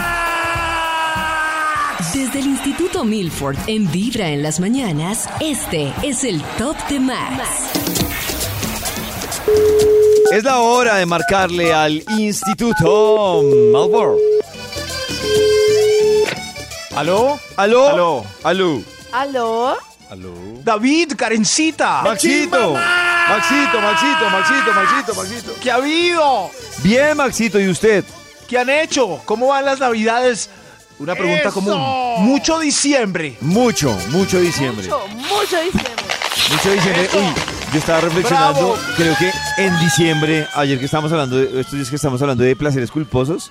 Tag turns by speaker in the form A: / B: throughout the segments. A: Desde el Instituto Milford en Vibra en las mañanas, este es el Top de Max.
B: Es la hora de marcarle al Instituto Malbor.
C: ¿Aló?
B: ¿Aló?
C: Aló.
B: ¿Aló?
D: ¿Aló?
C: David, Karencita.
B: Maxito. Maxito, Maxito, Maxito, Maxito, Maxito.
C: ¿Qué ha habido?
B: Bien, Maxito, ¿y usted?
C: ¿Qué han hecho? ¿Cómo van las navidades? Una pregunta común. Mucho diciembre.
B: Mucho, mucho diciembre.
D: Mucho, mucho diciembre.
B: Mucho diciembre.
C: Eso.
B: Uy, yo estaba reflexionando,
C: Bravo.
B: creo que en diciembre, ayer que estábamos hablando, de, estos días que estamos hablando de placeres culposos,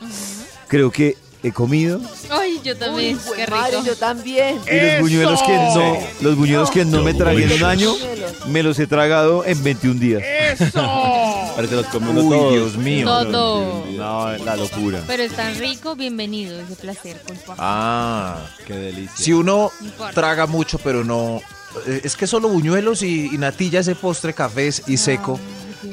B: creo que he comido
E: Ay, yo también.
D: Uy,
E: qué
D: güey, madre,
E: rico.
D: yo también.
B: y los buñuelos que no, los buñuelos que no me tragué en un año, me los he tragado en 21 días.
F: Pero te los come uno
B: Uy,
F: todo.
B: Dios mío.
E: Todo.
B: No, la locura.
E: Pero es tan rico, bienvenido. Ese placer, culpa.
C: Ah,
F: Qué delicia.
C: si uno
E: No importa.
C: traga mucho, pero no. eh, Es que solo buñuelos y, y natilla, ese postre cafés y seco.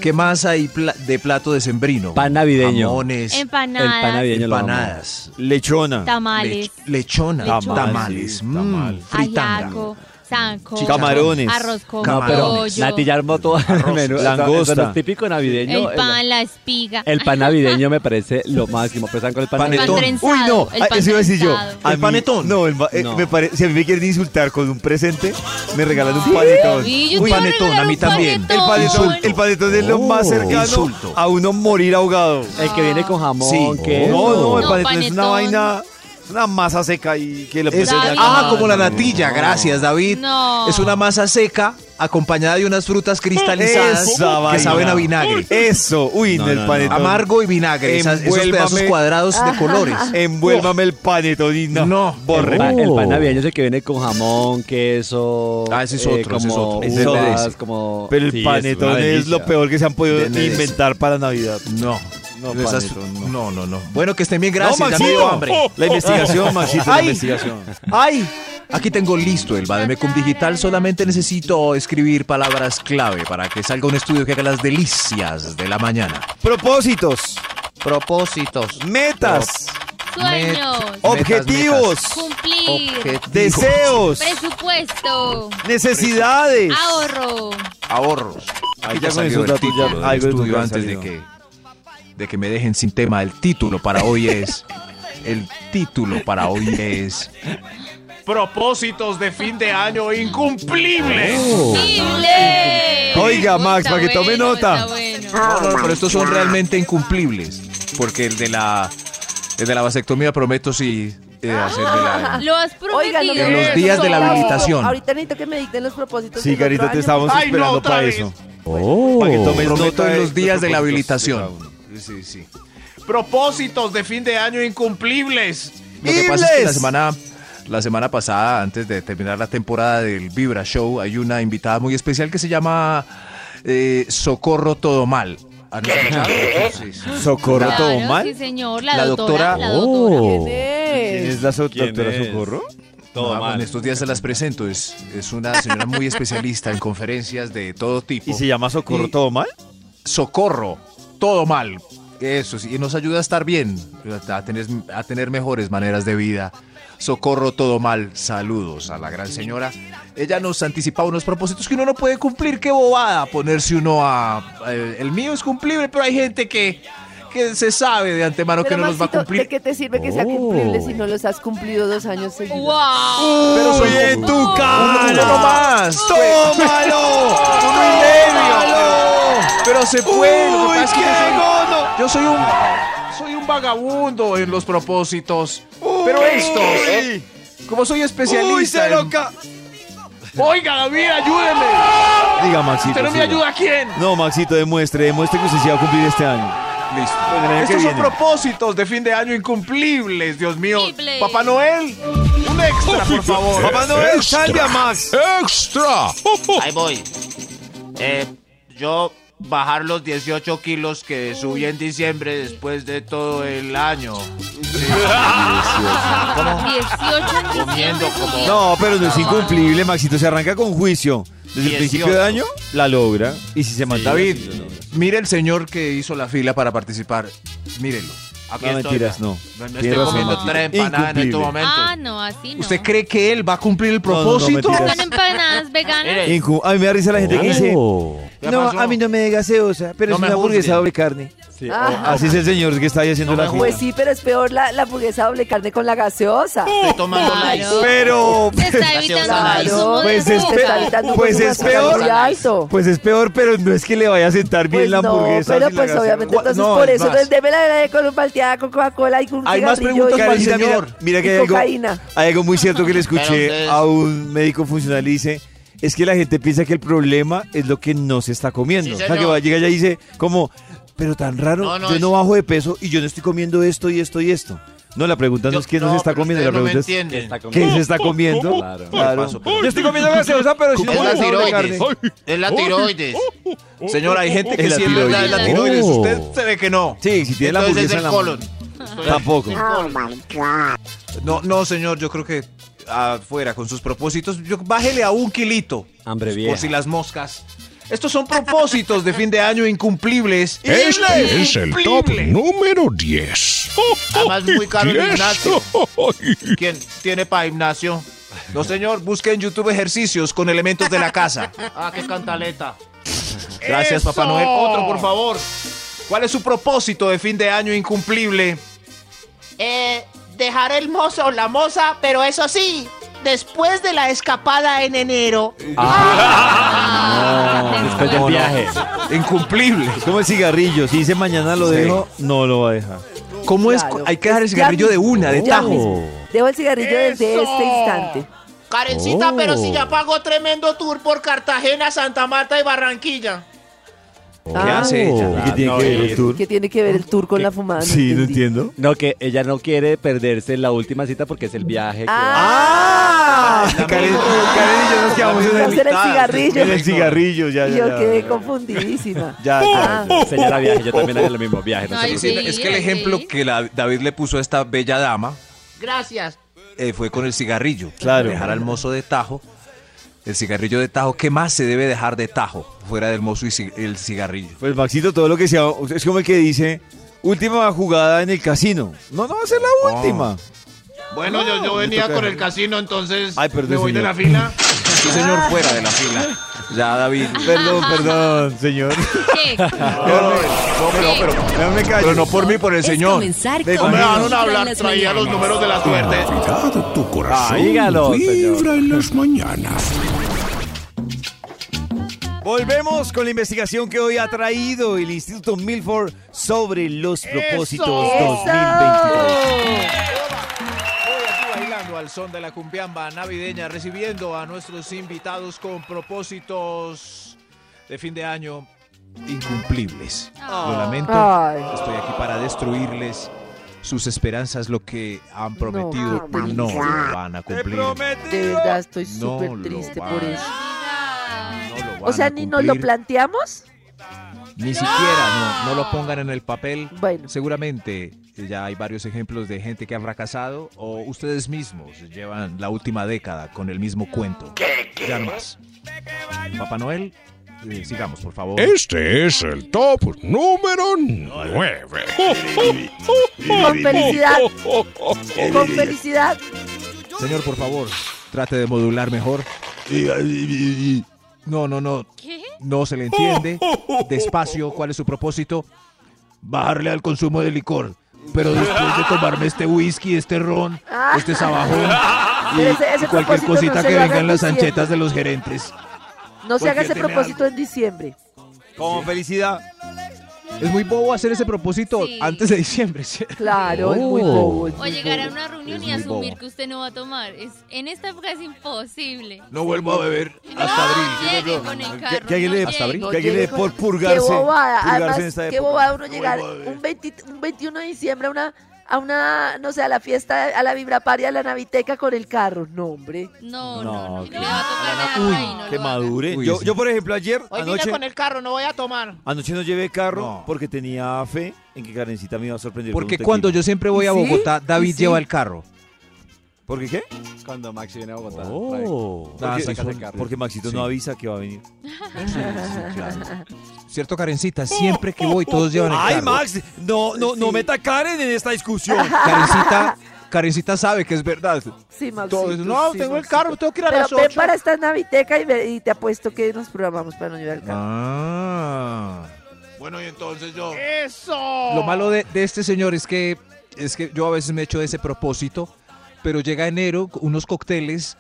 C: ¿Qué más hay pla- de plato de sembrino?
F: Pan navideño.
C: Jamones,
E: Empanadas,
F: El pan navideño lo amo.
C: empanadas,
B: Lechona.
E: tamales,
C: lech- lechona,
E: Lechona.
C: tamales,
B: Tamales,
C: mm,
B: tamal.
C: fritanga.
E: ajiaco, zanco,
C: Chicharrón.
B: Camarones.
E: arroz con
F: No, pero
E: pollo,
F: Nati ya armó todo el menú. O sea,
B: langosta.
F: eso no es típico navideño.
E: el pan, la espiga,
F: El pan navideño me parece lo máximo. Pero están con el pan
E: el pan
C: Panetón.
F: navideño.
E: trenzado,
B: Uy, no,
E: el
B: ah,
E: pan
B: eso iba a decir yo.
E: trenzado.
B: A
C: ¿El panetón?
B: No, el ba- eh,
F: No.
B: me pare- si a mí me quieren insultar con un presente, me regalan un
E: David,
B: panetón.
E: yo
B: Uy,
E: te voy
C: panetón,
E: regalar
C: a mí
E: un
C: también.
B: el panetón, el panetón es lo
C: Oh,
B: más cercano
C: insulto.
B: a uno morir ahogado.
F: El que viene con jamón,
C: Sí.
F: que
B: No, no, el
E: No,
B: panetón, es una
E: panetón.
B: vaina, es una masa seca y que lo
C: Es-
B: presentan
E: David.
B: acá.
C: ah, como la
B: No.
C: natilla, gracias David.
E: No.
C: Es una masa seca acompañada de unas frutas cristalizadas
B: Esa
C: que
B: vaina.
C: saben a vinagre.
B: Eso, uy,
F: No,
B: no, el
F: no, no.
B: panetón.
C: Amargo y vinagre, esas- esos
B: Envuélvame.
C: pedazos cuadrados de colores.
B: Ah, Envuélvame el panetón y no.
C: No.
F: El
B: borre.
F: pan, el pan
C: Oh.
F: navideño es el que viene con jamón, queso. eh,
C: Ah, ese es otro, ese es
F: como
C: otro. Ese es
F: uvas,
C: ese.
F: como.
B: Pero el
F: Sí, es una
B: panetón es,
F: delicia.
B: lo peor que se han podido
C: De- de-
B: inventar para Navidad.
C: No,
B: No,
C: esas-
B: panetón,
C: no, no, no. Bueno, que estén bien, gracias. ya me dio hambre.
B: La investigación, Maxito, la
C: oh. Ay.
B: investigación.
C: ¡Ay! Aquí tengo listo el Bademecum Digital. Solamente necesito escribir palabras clave para que salga un estudio que haga las delicias de la mañana.
B: Propósitos,
C: Propósitos.
B: metas,
E: Sueños,
C: Oh,
B: objetivos,
E: cumplir,
B: deseos,
E: presupuesto,
B: necesidades.
E: ahorro.
C: ahorros.
B: Ahí ya
C: Aquí ya
B: con
C: salió
B: esos
C: el
B: datos ya
C: título del
B: algo de
C: estudio
B: tu
C: antes de
B: salió.
C: que, de que me dejen sin tema. El título para hoy es... El título para hoy es...
G: propósitos de fin de año incumplibles.
E: ¡Posible!
B: Oh. Oiga, Max,
E: Está
B: para que tome
E: bueno,
B: nota.
E: está bueno.
D: Ah.
C: No, no, pero estos son realmente incumplibles. Porque el de la, el de la vasectomía prometo sí eh, hacer de la...
E: Lo has prometido.
D: Oigan, no me
C: En los
D: digan
C: días
D: eso,
C: de la
D: Gustavo.
C: habilitación.
D: Ahorita necesito que me dicten los propósitos.
B: Sí,
D: del
B: Carita, te
D: otro año,
B: estábamos
G: Ay, no,
B: esperando
G: otra
B: para
G: vez.
B: eso.
F: Oh.
B: Para que tomes
C: Prometo
B: nota
C: en los días
B: propósitos de
C: de la
B: cada
C: habilitación.
B: uno.
C: Sí, sí.
G: Propósitos de fin de año incumplibles.
C: Lo que pasa es que la
B: Ibles.
C: semana, la semana pasada, antes de terminar la temporada del Vibra Show, hay una invitada muy especial que se llama eh, Socorro Todo Mal. ¿Han escuchado? Sí, sí.
B: ¿Socorro
E: Claro,
B: todo mal?
E: Sí, señor. La,
C: La doctora-
E: doctora. La doctora.
D: ¿Quién es?
B: ¿Quién es la so-
F: ¿Quién
B: doctora
F: es?
B: Socorro?
F: Todo
C: Ah,
F: mal.
C: En estos días se las presento. Es, es una señora muy especialista en conferencias de todo tipo.
B: ¿Y se llama Socorro
C: Y-
B: todo mal?
C: Socorro Todo Mal. Eso sí, y nos ayuda a estar bien, a tener, a tener mejores maneras de vida. Socorro Todo Mal. Saludos a la gran señora. Ella nos anticipaba unos propósitos que uno no puede cumplir. Qué bobada ponerse uno a... eh, El mío es cumplible, pero hay gente que, que se sabe de antemano
D: Pero,
C: que no los va a
D: Maxito, ¿De
C: cumplir.
D: qué te sirve que sea cumplible si no los has cumplido dos años seguidos?
E: ¡Wow!
C: Pero
B: Uy,
C: son-
B: en tu
C: Uno-
B: cara.
C: uno Ah, más.
B: ¡Tómalo!
C: Uno y medio. Pero se puede. lo que
B: ¡Uy,
C: pasa es que
B: qué
C: yo soy-
B: gono!
C: Yo soy un soy un vagabundo en los propósitos. Pero estos,
B: ¡Uy!
C: como soy
B: eh, ¡Uy,
C: especialista,
B: se
C: en-
B: loca!
G: Oiga, David, ayúdeme.
B: Diga, Maxito.
G: ¿Usted no me
B: siga.
G: ayuda a quién?
B: No, Maxito, demuestre, demuestre que usted se va a cumplir este año.
C: listo.
B: Con el año que
G: Estos son
B: viene.
G: propósitos de fin de año incumplibles, Dios mío.
E: Incumplibles.
G: Papá Noel, un extra, por favor.
B: Papá Noel, salve a Max.
C: Extra.
H: Ahí voy.
C: Eh, yo bajar los 18 kilos que subí en diciembre después de todo el año.
E: 18 en diciembre.
C: Comiendo como-
E: subió.
B: No, pero no es incumplible, Maxito. Se arranca con juicio. Desde el
C: 18.
B: principio de año la logra. Y si se manda
C: David, mire el señor que hizo la fila para participar. Mírelo. Aquí
B: No,
C: estoy,
B: mentiras,
C: ya.
B: no.
C: No, no
B: Tiene
C: estoy
B: razón,
C: comiendo
B: Maxito.
C: tres empanadas en este
B: Incumplible.
C: momento.
E: Ah, no, así no.
C: ¿Usted cree que él va a cumplir el
B: No, no, no,
C: propósito?
B: mentiras.
E: ¿Son empanadas veganas?
B: Incu- a mí me da risa la gente que dice.
F: Oh.
C: ¿Qué
B: No,
C: pasó?
B: a mí no me dé gaseosa, pero
C: No
B: es
C: me
B: una hamburguesa
C: juzguen.
B: doble carne.
F: Sí.
D: Ah,
B: Así es el señor que está ahí haciendo
C: No
B: la
C: me
B: fila.
D: pues sí, pero es peor la, la hamburguesa doble carne con la gaseosa.
C: Estoy tomando
E: Claro.
C: la-
B: Pero.
E: Se está evitando el
D: Claro.
E: consumo de
B: Pues es
E: azúcar.
D: Te está evitando un
B: Pues
D: consumo
B: es
D: de azúcar
B: peor.
D: muy alto.
B: Pues es peor, pero no es que le vaya a sentar bien
D: Pues
B: la
D: no,
B: hamburguesa.
D: pero
B: ni la
D: pues
B: gaseosa.
D: obviamente
C: Cu-
D: entonces
C: no,
D: por
C: es
D: eso
C: más.
D: deme la de con un malteada con Coca-Cola y con un
C: Hay más
D: cigarrillo
C: preguntas
D: y-
C: para el
B: Karencita, mira-
C: señor.
B: Mira, que
D: Y
B: hay algo,
D: cocaína.
B: hay algo muy cierto que le escuché
C: ustedes-
B: a un médico funcional y dice, es que la gente piensa que el problema es lo que no se está comiendo.
C: Sí,
B: o sea, que
C: señor.
B: va, llega allá y dice, como, pero tan raro,
C: No, no,
B: yo
C: es-
B: no bajo de peso y yo no estoy comiendo esto y esto y esto. No, la pregunta no es qué no, se está
C: pero
B: comiendo, la
C: ustedes no me
B: pregunta es
C: entienden.
F: está comiendo?
B: qué se está comiendo.
F: Claro.
C: paso, pero-
B: Yo estoy comiendo gaseosa, pero si no
C: Es la
B: como doble
C: tiroides. Es la tiroides. Señora, hay gente
B: Es
C: que
B: la
C: sí es verdad, es la
F: tiroides.
C: tiroides.
F: Oh.
C: Usted se ve que no.
B: Sí, si tiene la
C: Entonces
B: hamburguesa
C: es
B: en
C: el
B: la
C: colon. Ah.
B: mano. Tampoco.
C: No, no, señor, yo creo que afuera con sus propósitos, yo- bájele a un kilito.
F: Hambre vieja.
C: Por si las moscas. Estos son propósitos de fin de año incumplibles.
H: Este es el top número 10.
C: Además, muy caro el
H: 10.
C: gimnasio. ¿Quién tiene para gimnasio? No, señor, busque en YouTube ejercicios con elementos de la casa. Ah, qué cantaleta. Gracias, Papá Noel. Otro, por favor. ¿Cuál es su propósito de fin de año incumplible?
I: Eh, dejar el mozo o la moza, pero eso sí, después de la escapada en enero.
E: Ah,
F: Después del
E: después.
F: viaje.
C: Incumplible.
B: Es como el cigarrillo, si dice mañana lo
C: Sí.
B: dejo, no lo va a dejar.
C: ¿Cómo es?
D: Claro.
C: Hay que dejar el
D: Ya
C: cigarrillo de
D: mismo.
C: una, de
D: Ya
C: tajo.
D: mismo. Dejo el cigarrillo desde este instante.
I: Karencita,
F: Oh.
I: pero si ya pagó tremendo tour por Cartagena, Santa Marta y Barranquilla.
D: Ah,
C: ¿Qué hace ella?
B: ¿Y qué tiene
C: No, eh,
B: que ver
C: y-
B: el tour?
D: ¿Qué tiene que ver el tour con la fumada?
B: Sí, no
D: entendí.
B: entiendo.
F: No, que ella no quiere perderse la última cita porque es el viaje. que va-
D: Ah,
B: Karen, Karen y yo nos quedamos en
D: Entonces
B: el,
D: era el cigarrillo.
B: en el cigarrillo, ya, Ah, ya,
D: Yo
B: ya.
D: quedé confundidía.
B: Ya, ya, ya.
F: Ah, Señora viaje, yo también hago el mismo viaje. No se
E: Ay,
F: preocupe.
C: Sí,
E: Sí,
C: es que el
E: ahí.
C: ejemplo que la- David le puso a esta bella dama
I: Gracias.
C: eh, fue con el cigarrillo.
B: Claro.
C: Dejar al mozo de tajo. El cigarrillo de tajo. ¿Qué más se debe dejar de tajo fuera del mozo y ci- el cigarrillo?
B: Pues Maxito, todo lo que sea, es como el que dice, última jugada en el casino. No, no va a ser la última.
G: Bueno, yo, yo venía con el casino, entonces
B: Ay, perdón,
G: me voy de
B: señor.
G: la fila.
C: Sí, señor, fuera de la fila. Ya, David.
B: Perdón, perdón, señor.
E: ¿Qué?
C: No, pero, pero,
B: No me callo.
C: pero no por mí, por el
A: Es
C: señor.
A: comenzar
B: Ve,
A: con
G: Me dejaron
A: Vibra en
G: hablar,
A: las
G: traía los
A: mañanas.
G: números de la suerte.
H: Cuidado, tu corazón
F: Ah, dígalo,
H: vibra en las mañanas.
B: Volvemos con la investigación que hoy ha traído el Instituto Milford sobre los propósitos 2022.
C: Hoy aquí bailando al son de la cumbiamba navideña, recibiendo a nuestros invitados con propósitos de fin de año incumplibles. Lo lamento.
D: Ah. Ay.
C: Estoy aquí para destruirles sus esperanzas, lo que han prometido no,
D: Mami.
C: lo van a cumplir. No
D: De verdad, estoy
C: No
D: súper
C: lo
D: triste
C: va.
D: por eso.
C: lo van
D: O sea,
C: a
D: ni nos lo
C: cumplir,
D: planteamos.
C: Ni siquiera, no, no lo pongan en el papel.
D: Bueno,
C: Seguramente eh, ya hay varios ejemplos de gente que ha fracasado o ustedes mismos llevan la última década con el mismo cuento. Ya no más. Papá Noel, eh, sigamos, por favor.
H: Este es el top número 9.
D: con felicidad, con felicidad.
C: Señor, por favor, trate de modular mejor. No, no, no,
E: ¿Qué?
C: no se le entiende. Despacio, ¿cuál es su propósito? Bajarle al consumo de licor. Pero después de tomarme este whisky, este ron, este sabajón y,
D: Pero ese- ese
C: y cualquier
D: propósito
C: cosita
D: no se
C: que
D: lo haga
C: venga en las
D: consciente.
C: anchetas de los gerentes.
D: No se haga ese
C: Porque tiene
D: propósito en diciembre.
B: Con felicidad.
C: Es muy bobo hacer ese propósito
E: Sí.
C: antes de diciembre. ¿sí?
D: Claro, es muy
F: Oh.
D: bobo. es
E: O
D: muy
E: llegar a
D: bobo.
E: una reunión y
C: Es muy
E: asumir
C: bobo.
E: que usted no va a tomar. Es, en esta época es imposible.
C: No vuelvo a beber
E: No
C: hasta abril.
E: llegue con el
B: Que,
E: carro.
B: que alguien le
E: no
B: dé
E: llegue.
B: que alguien le dé por
D: Qué
B: purgarse.
D: bobada.
B: purgarse en
D: Además,
B: esta
D: qué
B: época.
D: bobada uno llegar un, 20 un 21 de diciembre a una, a una, no sé, a la fiesta, a la vibraparia, a la naviteca con el carro. No, hombre.
F: No,
E: No, no, no.
F: que-
E: Le va a tocar dejarlo ahí, no
B: Uy, que
E: lo haga.
B: madure.
C: Uy,
B: Yo,
C: sí.
B: yo, por ejemplo, ayer
I: Hoy
B: anoche,
I: vine con el carro, no voy a tomar.
B: anoche no llevé carro
C: No.
B: porque tenía fe en que Karencita me iba a sorprender. con un
C: Porque
B: tequila.
C: cuando yo siempre voy a
D: ¿Sí?
C: Bogotá, David
D: ¿Sí?
C: lleva el carro.
B: ¿Por qué qué?
F: Cuando Maxi viene a Bogotá.
B: Oh. Porque,
C: sácate
B: porque-
F: carro.
B: porque Maxito
C: Sí.
B: no avisa que va a venir.
C: ¿Cierto, Karencita? Siempre que voy, todos llevan el
B: ¡Ay,
C: carro.
B: Max! No, no, no meta a Karen en esta discusión.
C: Karencita, Karencita sabe que es verdad.
D: Sí, Maxito,
C: Todos, no,
D: sí,
C: tengo el
D: Maxito.
C: carro, tengo que ir a
D: Pero
C: las
D: ven
C: 8.
D: para esta naviteca y, ve- y te apuesto que nos programamos para no llevar el carro.
C: Ah.
G: Bueno, y entonces yo.
I: ¡Eso!
C: Lo malo de, de este señor es que, es que yo a veces me echo de ese propósito, pero llega enero, unos cócteles,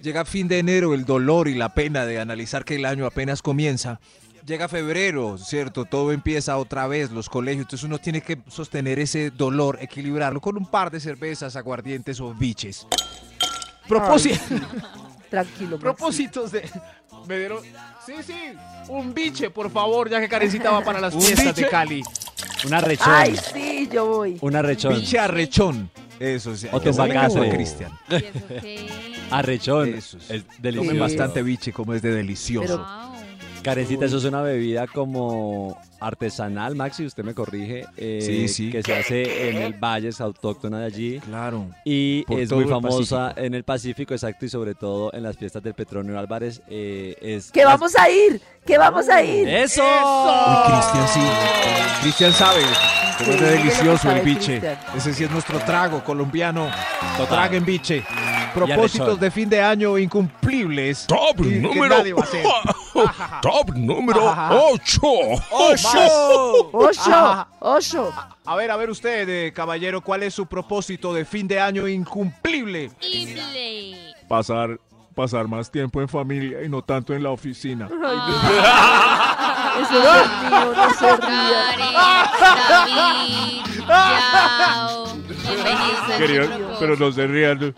C: llega fin de enero el dolor y la pena de analizar que el año apenas comienza. Llega febrero, ¿cierto? Todo empieza otra vez, los colegios. Entonces uno tiene que sostener ese dolor, equilibrarlo con un par de cervezas, aguardientes o biches. Propósito.
D: Tranquilo, pues, Maxito.
G: Propósitos de. Me dieron. Sí, sí. Un biche, por favor, ya que Karencita va para las
C: ¿Un
G: fiestas
C: biche?
G: de Cali.
F: Una rechón.
D: Ay, sí, yo voy.
F: Una rechón.
C: Biche arrechón. Eso sí.
F: O te
C: Yo le
F: sacas,
C: compro a
F: o-
C: Cristian.
E: ¿Y eso qué?
F: Arrechón.
C: Eso es.
F: Es
C: Tomen
F: delicioso.
C: bastante biche, como es de delicioso.
E: Wow.
F: Carecita, eso es una bebida como artesanal, Maxi, usted me corrige. eh,
C: Sí, sí.
F: Que se hace en el valle, es autóctona de allí.
C: Claro.
F: Y
C: Por
F: es
C: todo
F: muy
C: el
F: famosa en el Pacífico, exacto, y sobre todo en las fiestas del Petronio Álvarez. eh, es
D: Que vamos a ir, que vamos a ir.
C: ¿Eh?
F: ¡Eso!
C: Uy, Cristian sí. Cristian sabe. Pero es
D: Ah. Sí,
C: de delicioso
D: sabe
C: el biche.
D: Cristian.
C: Ese sí es nuestro trago colombiano. Traguen biche.
F: arrechón.
C: Propósitos de fin de año incumplibles.
H: Top
C: y que
H: número.
C: nadie va a hacer.
H: Top número
C: Ajá. Oh,
H: 8.
C: ¡Ocho!
D: Ocho,
C: Ajá.
D: ocho.
C: Oh. A ver, a ver usted, eh, caballero, ¿cuál es su propósito de fin de año incumplible?
E: Ible.
H: Pasar, pasar más tiempo en familia y no tanto en la oficina.
D: Eso es mío, no se rían.
E: Karen, David, Yao. Bienvenidos a
H: Querían,
E: nuestro
H: pero no se rían.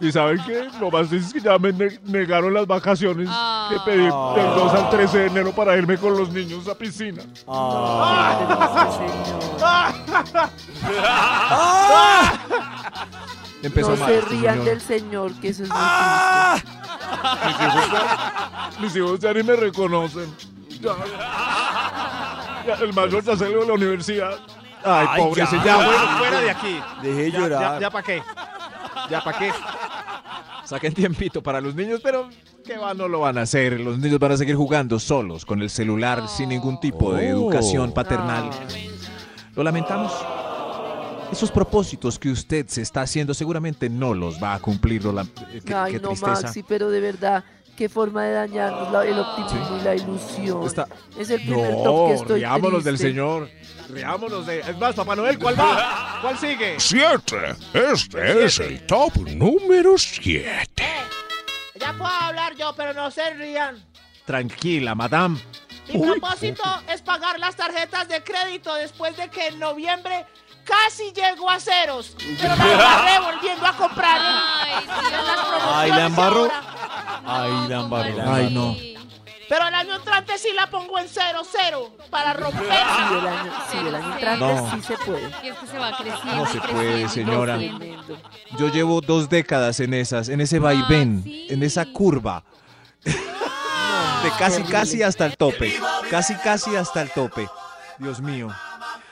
H: ¿Y saben qué? Lo más es que ya me ne- negaron las vacaciones
E: Ah.
H: que pedí del 2 al 13 de enero para irme con los niños a piscina.
C: Empezó
D: No
C: mal
D: se
C: este
D: rían
C: señor.
D: del señor, que eso es muy
C: Ah.
H: Mis hijos ya, mis hijos ya ni me reconocen. Ya, Ya, el mayor ya salió de la universidad. Ay,
B: Ay,
H: pobre
B: ya.
H: señor.
G: Ya, bueno, fuera de aquí.
B: Dejé
G: Ya, ya, ya para qué. Ya para qué.
C: Saquen tiempito para los niños, pero que va, no lo van a hacer. Los niños van a seguir jugando solos con el celular
D: Ah.
C: sin ningún tipo de
F: Oh.
C: educación paternal.
D: triste.
C: Lo lamentamos. Esos propósitos que usted se está haciendo seguramente no los va a cumplir. Lo lam- eh, qué,
D: Ay,
C: qué
D: no,
C: tristeza.
D: Maxi, pero de verdad, qué forma de dañarnos la- el optimismo y la ilusión.
C: Está-
D: Es el primer top que
H: No,
D: estoy
H: riámonos
D: triste.
H: del señor.
G: Riámonos de. Es más, Papá Noel, ¿cuál va? ¿Cuál sigue?
H: 7. Este es el top número 7.
I: Ya puedo hablar yo, pero no se rían.
C: Tranquila, madame.
I: Mi propósito es pagar las tarjetas de crédito después de que en noviembre casi llegó a ceros. Pero la agarré volviendo a comprar.
E: Ay,
I: en las
E: Dios.
I: promociones
B: la embarró.
I: ahora.
B: Ay, la embarró.
E: ¿cómo
C: Ay, no.
E: así?
I: Pero el año entrante sí la pongo en cero, cero. Para
D: Sí,
I: romper.
D: el año, sí, el año
E: No.
D: entrante
C: No.
D: sí se puede.
E: Y es que se va creciendo.
C: No
E: y
C: se puede,
E: creciendo Pues y
C: señora.
E: creciendo.
C: Yo llevo dos décadas en esas, en ese vaivén,
E: sí.
C: en esa curva. De casi, casi hasta el tope. Casi, casi hasta el tope. Dios mío.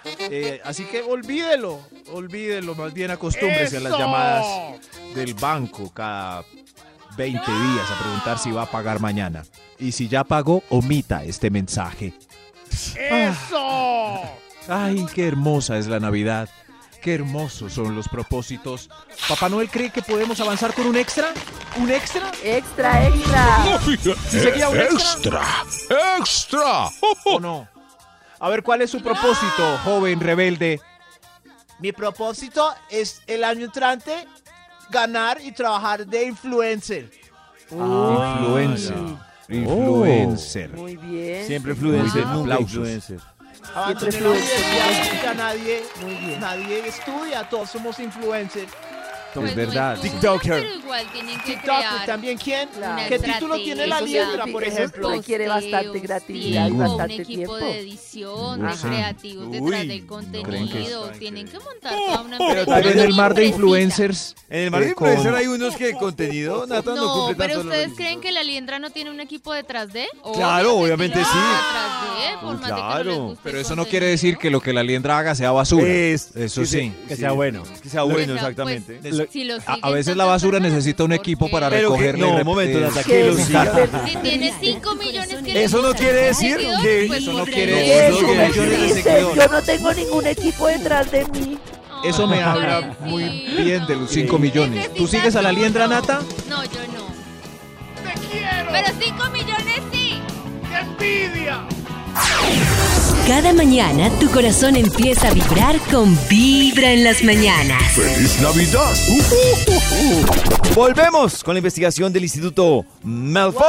C: Eh, así que olvídelo, olvídelo. Más bien acostúmbrese a las llamadas del banco cada 20 días a preguntar si va a pagar mañana. Y si ya pagó, omita este mensaje. Oh.
G: ¡Eso!
C: Ay, qué hermosa es la Navidad. Qué hermosos son los propósitos. ¿Papá Noel cree que podemos avanzar con un extra? ¿Un extra?
D: Extra, extra.
C: sería un
J: eh,
H: Extra, extra.
C: ¿O
D: Oh.
C: no? A ver, ¿cuál es su propósito, joven rebelde?
I: Mi propósito es el año entrante ganar y trabajar de influencer.
C: Influencer. Ah, Influencer.
D: Oh. Muy bien.
B: Siempre influencer,
C: Muy bien,
B: nunca
C: aplausos.
B: influencer.
I: Abandoné
D: Siempre
I: la
D: fluencer.
I: universidad, ya nadie,
D: Muy bien.
I: nadie estudia, todos somos influencers.
E: pues,
F: es
E: muy
F: verdad.
E: justo,
B: TikToker.
E: pero igual tienen que
K: TikTok
E: crear
K: también quién?
D: Claro.
K: ¿Qué título tiene la
E: Eso sí,
K: liendra, por
D: eso
K: ejemplo?
D: sí. Requiere bastante
E: posteos,
D: creatividad
F: y
E: tiempo,
D: bastante
E: un equipo
D: tiempo.
E: de edición,
F: Uy,
E: de
F: sí.
E: creativos
B: Uy,
E: detrás
F: ¿creen
E: del
F: que
E: contenido.
B: es-
E: Tienen que montar toda una
B: Pero
E: empresa
B: tal vez
F: en el
E: muy
F: mar de
E: precisa.
F: influencers.
B: En el mar de
F: eh, con-
B: influencer hay unos que contenido, Nata, no,
E: No,
B: cumple tanto
E: pero
B: lo
E: ustedes
B: mismo.
E: creen que la liendra no tiene un equipo detrás de?
B: Claro, obviamente
E: tiene un equipo
B: sí.
E: Detrás de, por
B: Uy,
E: más de que no
B: claro.
E: les guste
C: Pero
E: el
C: eso no
E: contenido.
C: quiere decir que lo que la liendra haga sea basura.
B: Es-
C: Eso
B: que se-
C: sí.
F: Que sea bueno.
B: Que sea
E: Pues,
B: bueno,
E: pues,
B: exactamente.
C: Lo-
E: si lo
C: a- a
E: siguen
C: veces la
E: tantas
C: basura
E: personas,
C: necesito un
E: ¿por
C: equipo
E: qué?
C: para
B: Pero que-
C: recogerla y
B: no, un
C: rep-
B: momento,
C: eh,
B: Nata,
D: que
B: que lo
D: es
B: siga.
D: verdad.
E: Si tiene 5 millones que le
B: Eso no
E: gustan,
B: quiere
E: ¿no?
B: decir
E: Seguidores,
B: que-
E: pues,
C: Eso no
E: por ahí.
C: quiere
D: Y eso
C: Cinco
D: no
C: millones de
D: existe.
C: seguidores.
D: Yo no tengo ningún equipo detrás de mí.
C: Oh. Eso me
E: Ay,
C: habla
E: pobrecito.
C: muy bien de los 5
F: Sí.
C: millones. ¿Tú sigues a la liendra,
E: No.
C: Nata?
E: No, yo no.
I: ¡Te quiero!
E: Pero 5 millones sí.
I: ¡Qué envidia!
A: Cada mañana tu corazón empieza a vibrar con Vibra en las mañanas.
J: ¡Feliz Navidad!
B: Volvemos con la investigación del Instituto Malfoy.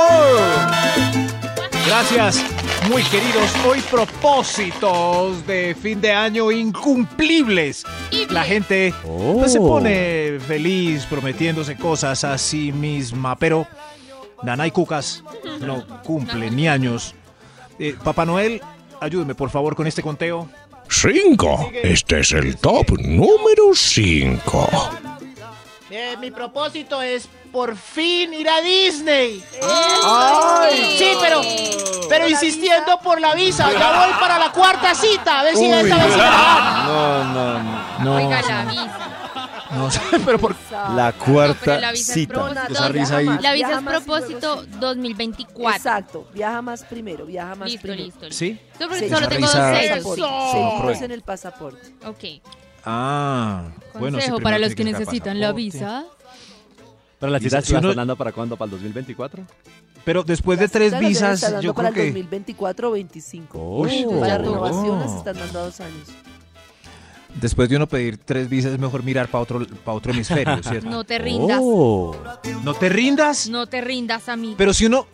C: Gracias, muy queridos. Hoy propósitos de fin de año incumplibles.
E: Y
C: La
E: bien,
C: gente pues, se
F: Oh.
C: pone feliz prometiéndose cosas a sí misma, pero Nanay Cucas no cumple ni años. Eh, Papá Noel, ayúdeme por favor con este conteo.
J: 5. Este es el top número 5.
I: Eh, mi propósito es por fin ir a Disney.
E: ¡Ay!
I: Sí, pero, pero insistiendo por la visa. Ya voy para la cuarta cita. A ver si esta vez sí me la
B: No, no, no.
E: Oiga, la visa.
C: No sé, pero por
B: La
E: Ah, pero
B: cuarta
E: la visa es
B: cita.
E: pro-
D: Jonathan,
C: esa risa ahí.
D: viaja más,
E: La
D: viaja
E: visa
D: más
E: es
D: y luego
E: propósito
D: sí.
E: 2024.
D: Exacto, viaja más primero, viaja más
E: Listo,
D: primero.
E: listo, listo.
C: ¿Sí?
E: Solo,
D: Sellitos
E: solo
C: esa
E: tengo dos
C: risa.
D: en el
E: sellos.
D: pasaporte,
I: Eso.
D: sellitos en el pasaporte.
E: Ok.
C: Ah, bueno, sí,
E: Consejo
C: primero
E: para
C: tiene
E: los que
C: sacar
E: necesitan la
C: pasaporte.
E: visa.
F: Pero las
C: Dice,
F: citas
C: si
F: se van
C: uno-
F: sonando para cuándo, para el 2024.
C: Pero después de
D: Las
C: tres
D: citas las deben estar
C: visas,
D: dando
C: yo
D: para
C: creo
D: el
C: que...
D: 2024 o 25.
F: Uy,
E: pues
D: Para
E: ya
C: duró.
D: renovación las están dando a dos años.
C: Después de uno pedir tres visas es mejor mirar para otro, pa' otro hemisferio, ¿cierto?
E: No te rindas.
F: Oh.
C: ¿No te rindas?
E: No te rindas, amigo.
C: Pero si uno,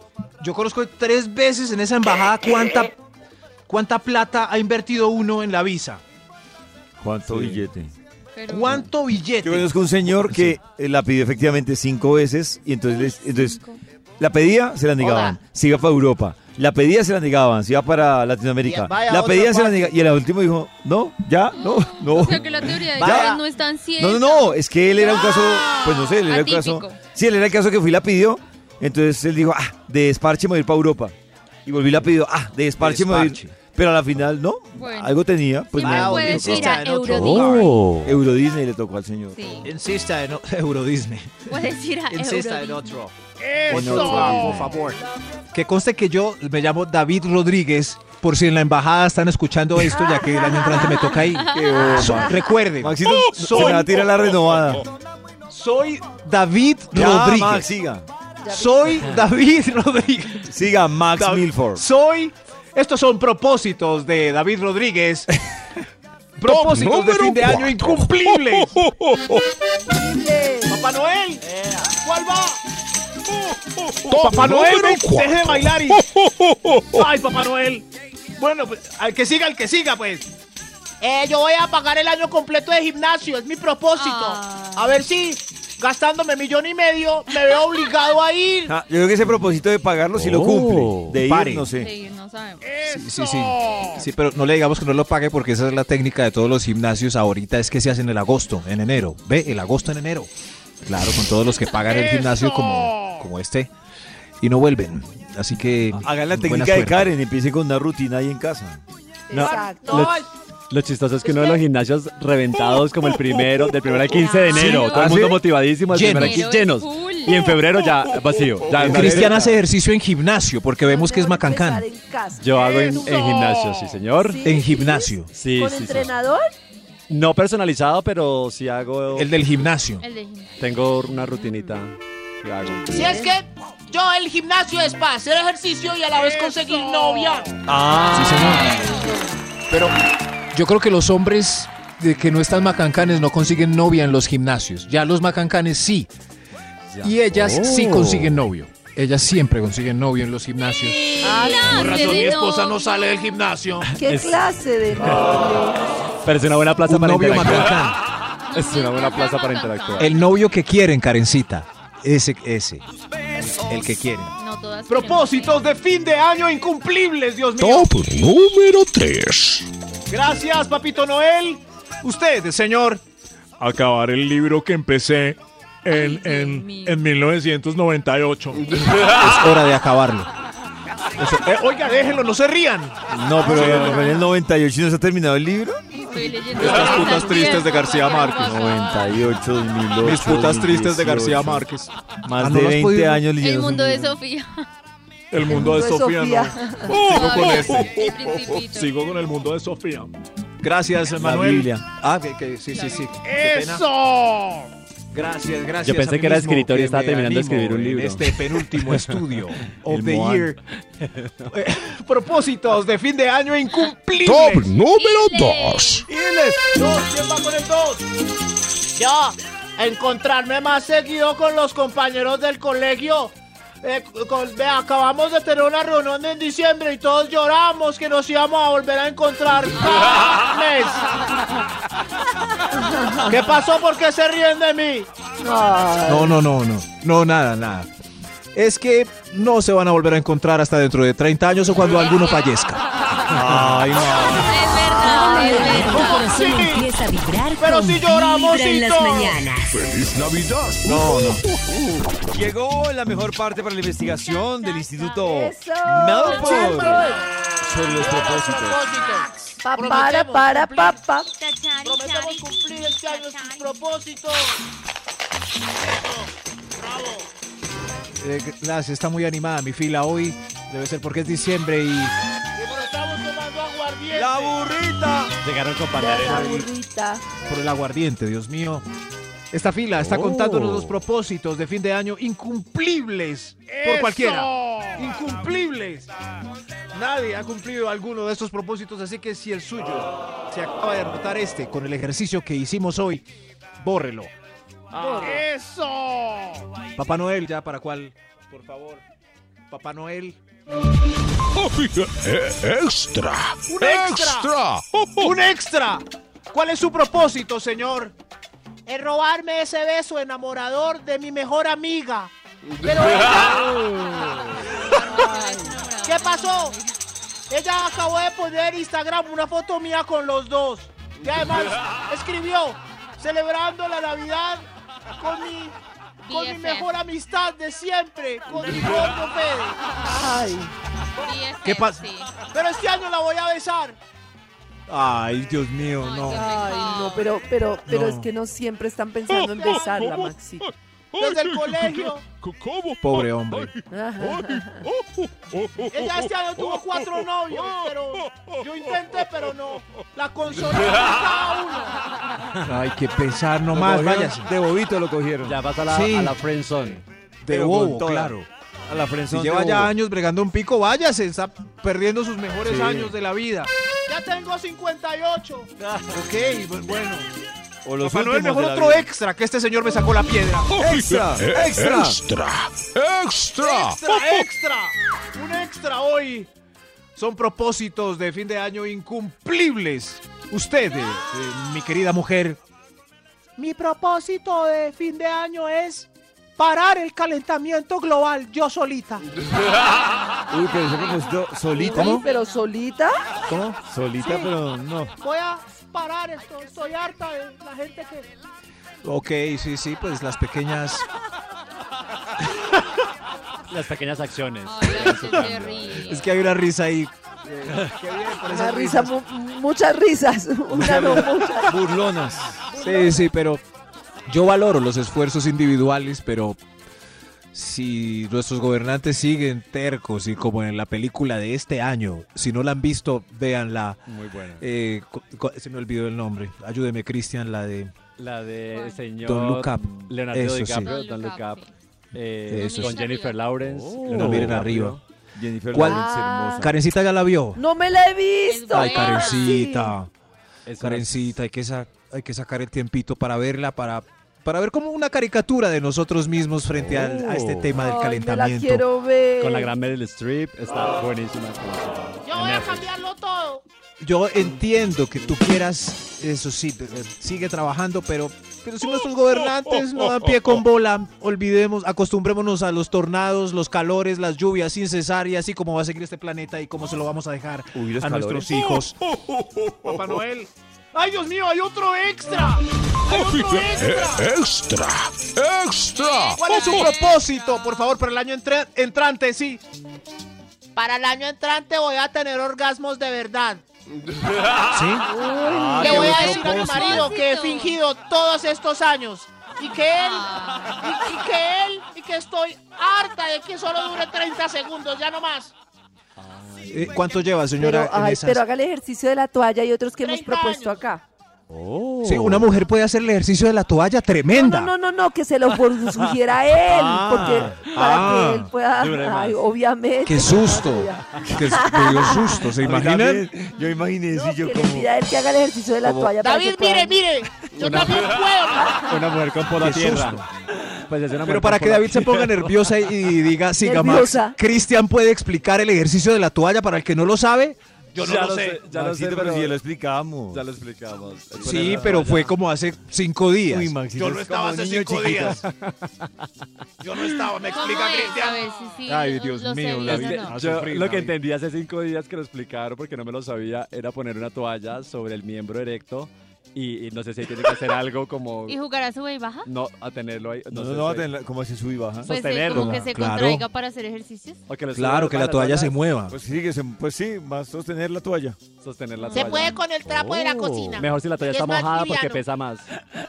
C: yo conozco tres veces en esa embajada cuánta, cuánta plata ha invertido uno en la visa.
F: ¿Cuánto billete?
E: Pero-
C: ¿Cuánto billete?
B: Yo conozco un señor que eh, la pidió efectivamente cinco veces y entonces, les- entonces la pedía, se la negaban. Se iba para Europa. La pedía, se la negaban. Se iba para Latinoamérica.
K: Y vaya
B: La
K: otra
B: pedía, se la
K: parte.
B: negaban. Y el último dijo, no, ya, no, no.
E: O sea que la teoría de
B: Vaya.
E: que no es tan cierta.
B: No, no, no, es que él era un caso, pues no sé, él era un caso.
E: Ah, Atípico.
B: Sí, él era el caso que fui y la pidió. Entonces él dijo, ah, de desparche me voy a ir para Europa. Y volví y la pidió, ah, de desparche, me voy a ir.
C: Desparche.
B: Pero a la final, no,
E: Bueno.
B: algo tenía. Pues
E: Siempre
B: no,
E: puedes
B: no,
E: ir a
C: en otro
E: Eurodisney.
B: Euro Disney le tocó al señor.
E: Sí.
C: Insista en o- Euro Disney.
E: Puedes ir a
C: Insista en
E: Eurodisney.
C: otro.
B: Pues
K: ¡Eso!
C: En otro, por favor. Que conste que yo me llamo David Rodríguez, por si en la embajada están escuchando esto, ya que el año entrante me toca ahí. So- recuerden,
B: Maxito, se me
C: soy-
B: va a tirar la renovada.
C: soy David
B: Ya,
C: Rodríguez.
B: Max, siga.
C: Soy David Rodríguez.
B: Siga, Max
C: Dav-
B: Milford.
C: Soy. Estos son propósitos de David Rodríguez. propósitos de fin de año incumplibles.
K: ¡Papá Noel! ¿Cuál va? ¡Papá Noel! ven, ¡Deje de bailar! Y... ¡Ay, Papá Noel! Bueno, pues, al que siga, al que siga, pues.
I: Eh, yo voy a pagar el año completo de gimnasio, es mi propósito.
E: Ah.
I: A ver si gastándome millón y medio me veo obligado a ir.
B: Ah, yo creo que ese propósito de pagarlo sí lo
F: Oh.
B: cumple. De ir,
C: Pare.
B: no sé.
E: Sí, no sabemos.
C: Sí, sí, sí. Sí, pero no le digamos que no lo pague porque esa es la técnica de todos los gimnasios ahorita, es que se hacen el agosto, en enero. Ve, el agosto en enero. Claro, con todos los que pagan el gimnasio como, como este y no vuelven. Así que.
B: Hagan la
C: buena
B: técnica de
C: suerte.
B: Karen, empiece con una rutina ahí en casa.
F: No,
D: Exacto.
F: lo, lo chistoso es que uno de los gimnasios reventados como el primero, del primero al 15 de enero,
E: Claro.
F: todo el
C: ¿Ah,
F: mundo
C: sí?
F: motivadísimo, el primero al
E: Llenos.
F: 15 llenos.
E: Full.
F: Y en febrero ya vacío. ya en
C: Cristian
F: febrero.
C: hace ejercicio en gimnasio porque vemos que es
D: Mejor
C: macancán.
D: empezar en casa.
F: Yo hago en, en
D: Eso.
F: gimnasio, sí señor.
D: Sí,
C: En
D: sí,
C: gimnasio.
F: Sí,
D: ¿Con
F: sí, sí.
D: entrenador?
F: No personalizado, pero sí hago,
C: El del gimnasio.
E: El de gimnasio.
F: tengo una rutinita que hago.
I: Si es que yo el gimnasio es para hacer ejercicio y a la vez conseguir novia.
C: Sí, señor. Pero yo creo que los hombres de que no están macancanes no consiguen novia en los gimnasios. Ya los macancanes sí. Y ellas sí
F: Oh.
C: consiguen novio. Ellas siempre consiguen novio en los gimnasios.
E: Clase de novio.
J: sale del gimnasio.
D: ¿Qué
F: Es-
D: clase de novio?
F: Pero es una buena plaza
C: Un
F: para
C: novio
F: interactuar.
C: macancán.
F: Es una buena plaza para interactuar.
C: El novio que quieren, Karencita. Ese, ese. El que quieren.
L: Propósitos de fin de año incumplibles, Dios mío.
J: Top número 3.
L: Gracias, Papito Noel. Usted, señor.
H: Acabar el libro que empecé en, en, en 1998.
C: Es hora de acabarlo.
L: Eso- eh, oiga, déjenlo, no se rían.
B: Ah, No, pero en el 98 no se ha terminado el libro.
E: Estoy leyendo
C: Las
E: Las
C: putas tristes de García Márquez.
B: 98, 2008.
C: Mis putas tristes de García
B: 2018.
C: Márquez.
B: Más
C: Ah, ¿no
B: de
C: lo has
B: 20
C: podido-
B: años leyendo
E: El
B: ese
E: mundo de
B: libro.
E: Sofía.
H: El mundo de Sofía. no. Sigo con
E: Todavía
H: este.
E: el principito.
H: Sigo con el mundo de Sofía.
C: Gracias,
B: La
C: Manuel.
B: Biblia.
C: Ah, que, que- sí, sí, sí. Qué pena.
L: ¡Eso!
C: Gracias, gracias.
F: Yo pensé
C: a mí
F: que era
C: mismo
F: escritor y
C: que
F: estaba
C: me
F: terminando de
C: animo
F: escribir un
C: en
F: libro.
C: Este penúltimo estudio of
B: El
C: the
B: Moan.
C: year. Eh,
L: Propósitos de fin de año incumplibles.
J: Top número
E: Ile.
J: 2.
L: Iles. Dos, ¿quién va con el dos?
I: Ya, encontrarme más seguido con los compañeros del colegio. Eh, con- vea, acabamos de tener una reunión en diciembre y todos lloramos que nos íbamos a volver a encontrar cada mes. ¿Qué pasó? ¿Por qué se ríen de mí?
C: No, no, no, no. No, nada, nada. Es que no se van a volver a encontrar hasta dentro de 30 años o cuando alguno fallezca.
B: Ay, no.
E: Es verdad, es
A: Tu
E: verdad.
A: corazón empieza a vibrar
I: Pero
A: con
I: si lloramos,
A: Vibra en
I: sí,
A: las
I: no.
A: mañanas.
J: Feliz Navidad.
B: Llegó la mejor parte para la investigación del Instituto
D: Eso.
B: Melbourne sobre los propósitos.
I: Propósitos.
D: Pa, para,
I: Prometemos
D: para,
I: cumplir.
D: pa, pa.
E: Tachari,
I: Prometemos
E: chari,
I: cumplir este año sus
E: tachari.
I: propósitos.
C: Eh, gracias, está muy animada mi fila hoy. Debe ser porque es diciembre y.
I: Pero estamos tomando aguardiente.
B: La burrita.
C: Llegaron con
D: Ya la burrita.
C: por el aguardiente, Dios mímío. Esta fila está
F: Oh.
C: contándonos los propósitos de fin de año incumplibles por
L: Eso.
C: cualquiera. Incumplibles. Nadie ha cumplido alguno de estos propósitos, así que si el suyo se acaba de anotar este con el ejercicio que hicimos hoy, bórrelo.
L: Ah. ¡Eso!
C: Papá Noel, ya para cuál, por favor. Papá Noel.
J: Eh, Extra.
L: ¡Un extra!
J: Extra.
L: ¡Un extra! ¿Cuál es su propósito, señor?
I: Es robarme ese beso enamorador de mi mejor amiga. ¿Qué pasó? Ella acabó de poner en Instagram una foto mía con los dos. Y además escribió, celebrando la Navidad con mi, con mi
E: BFF.
I: mejor amistad de siempre, con mi gordo Fede.
D: Ay,
E: BFF,
C: ¿Qué pasa?
E: sí.
I: Pero este año la voy a besar.
C: Ay, Dios mío, no.
D: ay, no, pero, pero, pero es que no siempre están pensando en besarla, Maxi.
I: Desde el colegio.
J: ¿Cómo?
C: Pobre hombre.
D: Ajá.
I: Ella este año tuvo cuatro novios, pero yo intenté, pero no. La consolé con cada uno.
C: Ay, que pensar nomás. Váyase.
B: De bobito lo cogieron.
F: Ya vas a la,
C: Sí.
F: a la friend zone.
C: De
B: Pero con
C: bobo,
B: toda.
C: claro.
B: A la frente.
C: Si lleva ya años bregando un pico, váyase, está perdiendo sus mejores años de la vida.
I: Ya tengo 58.
C: ok, pues bueno.
B: O los
C: Papá Noel,
B: últimos
C: mejor
B: de la
C: otro
B: vida.
C: extra, que este señor me sacó la piedra.
B: Extra, extra.
J: eh, Extra. Extra.
C: Extra, extra, un extra hoy. Son propósitos de fin de año incumplibles. Usted, eh, eh, mi querida mujer,
I: Mi propósito de fin de año es parar el calentamiento global yo solita.
B: Uy, pero ese propósito solita.
D: Uy, pero solita.
B: ¿Cómo? Solita,
I: Sí.
B: pero no.
I: Voy a parar esto. Estoy harta de la gente que.
C: ok, sí, sí, pues las pequeñas...
F: Las pequeñas acciones.
E: Ay, la gente se ríe.
C: Es que hay una risa ahí.
D: Una risa, mu- muchas risas. Una no, muchas.
B: Burlonas.
C: Sí, sí, pero yo valoro los esfuerzos individuales, pero si nuestros gobernantes siguen tercos y como en la película de este año, si no la han visto, véanla.
F: Muy buena.
C: Eh, co- co- se me olvidó el nombre. Ayúdeme, Cristian, la de...
F: La de
E: Juan.
F: señor
C: Don't Look Up.
F: Leonardo
C: Eso sí.
F: DiCaprio,
E: Don't
F: Don
E: Look
F: Look
E: Up,
F: Up, eh,
C: Eso
F: con
E: sí.
F: Jennifer Lawrence.
B: Oh.
F: Leonardo
C: No miren
F: DiCaprio.
C: arriba.
B: Jennifer
C: ¿Cuál?
B: Lawrence, hermosa.
C: Karencita ya la vio.
D: No me la he visto.
C: Ay,
E: Buena,
C: Karencita.
F: Es una-
C: Karencita, hay que, sa- hay que sacar el tiempito para verla, para para ver como una caricatura de nosotros mismos frente al- a este tema del
D: Oh. Ay, yo
C: calentamiento.
D: la quiero ver.
F: Con la gran Meryl Streep, está buenísima.
I: Yo voy a cambiarlo todo.
C: Yo entiendo que tú quieras, eso sí, de- de- sigue trabajando, pero, pero si nuestros gobernantes no dan pie con bola, olvidemos, acostumbrémonos a los tornados, los calores, las lluvias sin cesar y así como va a seguir este planeta y cómo se lo vamos a dejar
J: Uy,
C: a
J: los
C: nuestros
J: calores.
C: hijos.
M: Papá Noel. ¡Ay, Dios mío! ¡Hay otro extra! ¡Hay otro extra!
C: Eh,
J: eh, Extra. Extra.
I: ¿Cuál es su
C: propósito, por favor, para el año entrante? Sí. eh.
I: Para el año entrante voy a tener orgasmos de verdad.
C: ¿Sí?
I: Le
C: qué
I: voy a decir
C: buen
I: a mi
C: propósito.
I: marido que he fingido todos estos años y que él, y, y que él, y que estoy harta de que solo dure 30 segundos, ya no más.
C: Eh, ¿Cuánto lleva, señora?
D: Pero,
C: en
D: ay,
C: esas?
D: pero haga el ejercicio de la toalla y otros que hemos propuesto acá.
C: Sí, una mujer puede hacer el ejercicio de la toalla tremenda.
D: No, no, no, no, que se lo por- sugiera él,
C: Ah,
D: porque para
C: ah,
D: que él pueda,
C: dure más.
D: ay, obviamente.
C: ¡Qué susto! ¡Qué su- me dio susto! ¿Se imaginan?
B: Yo imaginé eso y yo
D: Que le
B: como...
D: pida a él que haga el ejercicio de la
B: como-
D: toalla. para
I: David,
D: que pueda-
I: mire, mire, yo
F: Una-
I: también puedo.
F: Una mujer con por la
C: Qué
F: tierra.
C: susto.
F: Pues es una mujer
C: Pero para
F: con
C: que
F: por la
C: David se ponga
F: tierra.
C: nerviosa y, y diga, siga Max,
D: Nerviosa.
C: Cristian puede explicar el ejercicio de la toalla para el que no lo sabe.
F: Yo no
B: Ya
F: lo sé, ya lo sé,
B: Maxito,
F: pero
B: pero si ya lo explicamos.
F: ya lo explicamos. Es poner
C: Sí,
F: la
C: pero
F: toalla.
C: fue como hace cinco días.
B: Uy, Maxito,
M: Yo no
B: es
M: estaba
B: como
M: hace
B: niño
M: cinco
B: chiquito.
M: días. Yo no estaba, me
E: ¿Cómo
M: explica
E: es? A
M: Cristian.
E: ver si sí.
C: Ay,
E: lo-
C: Dios
E: lo sé
C: mío,
E: bien
C: la
E: o
C: vida.
E: no.
C: A
F: Yo
C: sufrir,
F: lo que
C: David.
F: entendí hace cinco días que lo explicaron porque no me lo sabía era poner una toalla sobre el miembro erecto y, y no sé si ahí tiene que hacer algo como
E: ¿Y jugará sube y baja?
F: no a tenerlo ahí.
B: No,
F: sé
B: no, no,
F: si-
B: ten- como se sube y baja.
E: Pues eh,
F: sostenerlo,
E: como que se
C: claro.
E: contraiga para hacer ejercicios.
F: o que lo
C: Claro,
F: suba
C: que la
F: a
C: toalla se
F: lata,
C: mueva.
B: Pues sí, que se- pues sí, más sostener la toalla.
F: Sostener la
I: Se
F: toalla.
I: puede con el trapo de la
C: Oh.
I: cocina.
F: Mejor si la toalla
I: Es
F: está
I: más
F: mojada porque
I: liviano.
F: pesa más.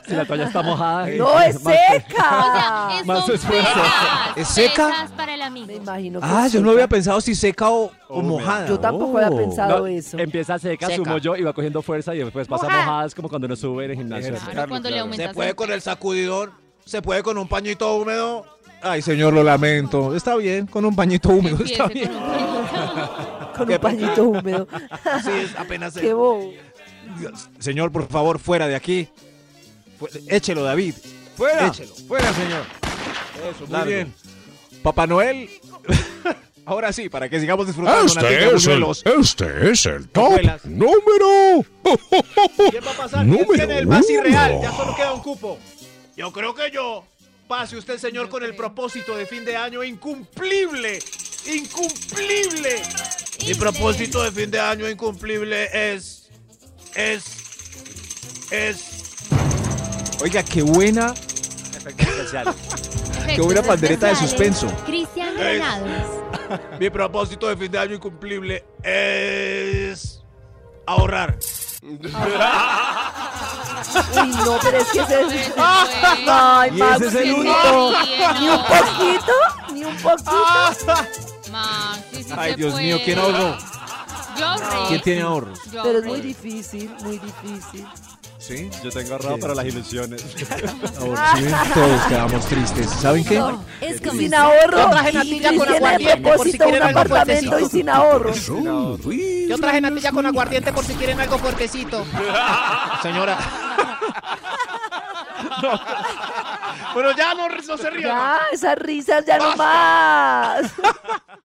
F: Si la toalla está mojada.
D: No, es
F: más-
E: O
D: seca.
E: sea, es
F: Más
E: con
F: esfuerzo.
E: pesas,
C: ¿Es seca?
E: pesas para el amigo.
D: Me imagino que
C: Ah,
D: es
C: yo no
D: seca.
C: había pensado si seca o, o mojada.
D: Yo tampoco había
C: Oh.
D: pensado
I: eh,
D: eso.
F: Empieza seca,
C: Seca.
F: sumo yo y va cogiendo fuerza y después pasa
I: Mojada.
F: mojadas como cuando uno sube en el gimnasio.
E: Claro, cuando le aumentas
C: Oh. Se puede
E: el-
C: con el sacudidor, se puede con un pañito húmedo. Ay, señor, lo lamento. Está bien, con un pañito húmedo,
E: Empiece
C: está
E: con
C: bien.
E: un pañito.
D: Con un pañito húmedo.
C: Sí, es apenas
D: Qué bobo.
C: Dios, Señor, por favor, fuera de aquí. Fu- Échelo, David.
B: ¡Fuera!
C: Échelo.
B: ¡Fuera, señor!
C: Eso, muy
B: Largo.
C: bien. Papá Noel. Ahora sí, para que sigamos disfrutando una tienda
J: Este
C: de
J: es, el,
C: buñuelos.
J: este es el top
C: Buñuelas.
J: número.
I: ¿Quién va a pasar?
J: Número
I: ¿Quién tiene el más
J: uno.
I: irreal? Ya solo queda un cupo. Yo creo que yo. Pase usted, señor, con el propósito de fin de año incumplible. Incumplible. Mi propósito de fin de año incumplible es... Es... Es...
C: Oiga, qué buena.
E: Efectos
C: buena pandereta de
E: especiales.
C: suspenso.
E: Cristian Granados.
I: Mi propósito de fin de año incumplible es... Ahorrar.
D: Uy, no, pero es que ese
E: Pero ese
D: es...
E: fue-
D: Ay,
B: Y ese es el
D: Maxito.
B: único.
D: Ni un poquito, ni un
I: Ah.
D: poquito.
E: Max, sí, sí
C: Ay,
E: se
C: Dios mío,
E: puede.
C: ¿quién ahorró?
E: Yo ahorré.
C: ¿Quién tiene ahorros?
D: Pero
E: Yo
D: es
E: ahorré.
D: muy difícil, muy difícil.
C: Sí.
F: Yo tengo ahorrado para las ilusiones.
C: Ahora sí, todos quedamos tristes. ¿Saben qué?
N: No, es
D: Sin
N: comenzar.
D: ahorro,
I: Yo traje
D: y
I: natilla con
D: Cristian de
I: aguardiente, por si
D: propósito un
I: quieren algo
D: apartamento y
I: fuertecito.
D: sin ahorro.
J: Yo
I: natilla con aguardiente por si quieren algo fuertecito.
C: Señora.
M: Bueno, ya no, no se rían.
D: Ah,
I: Ah.
D: Ya, esas risas ya no más.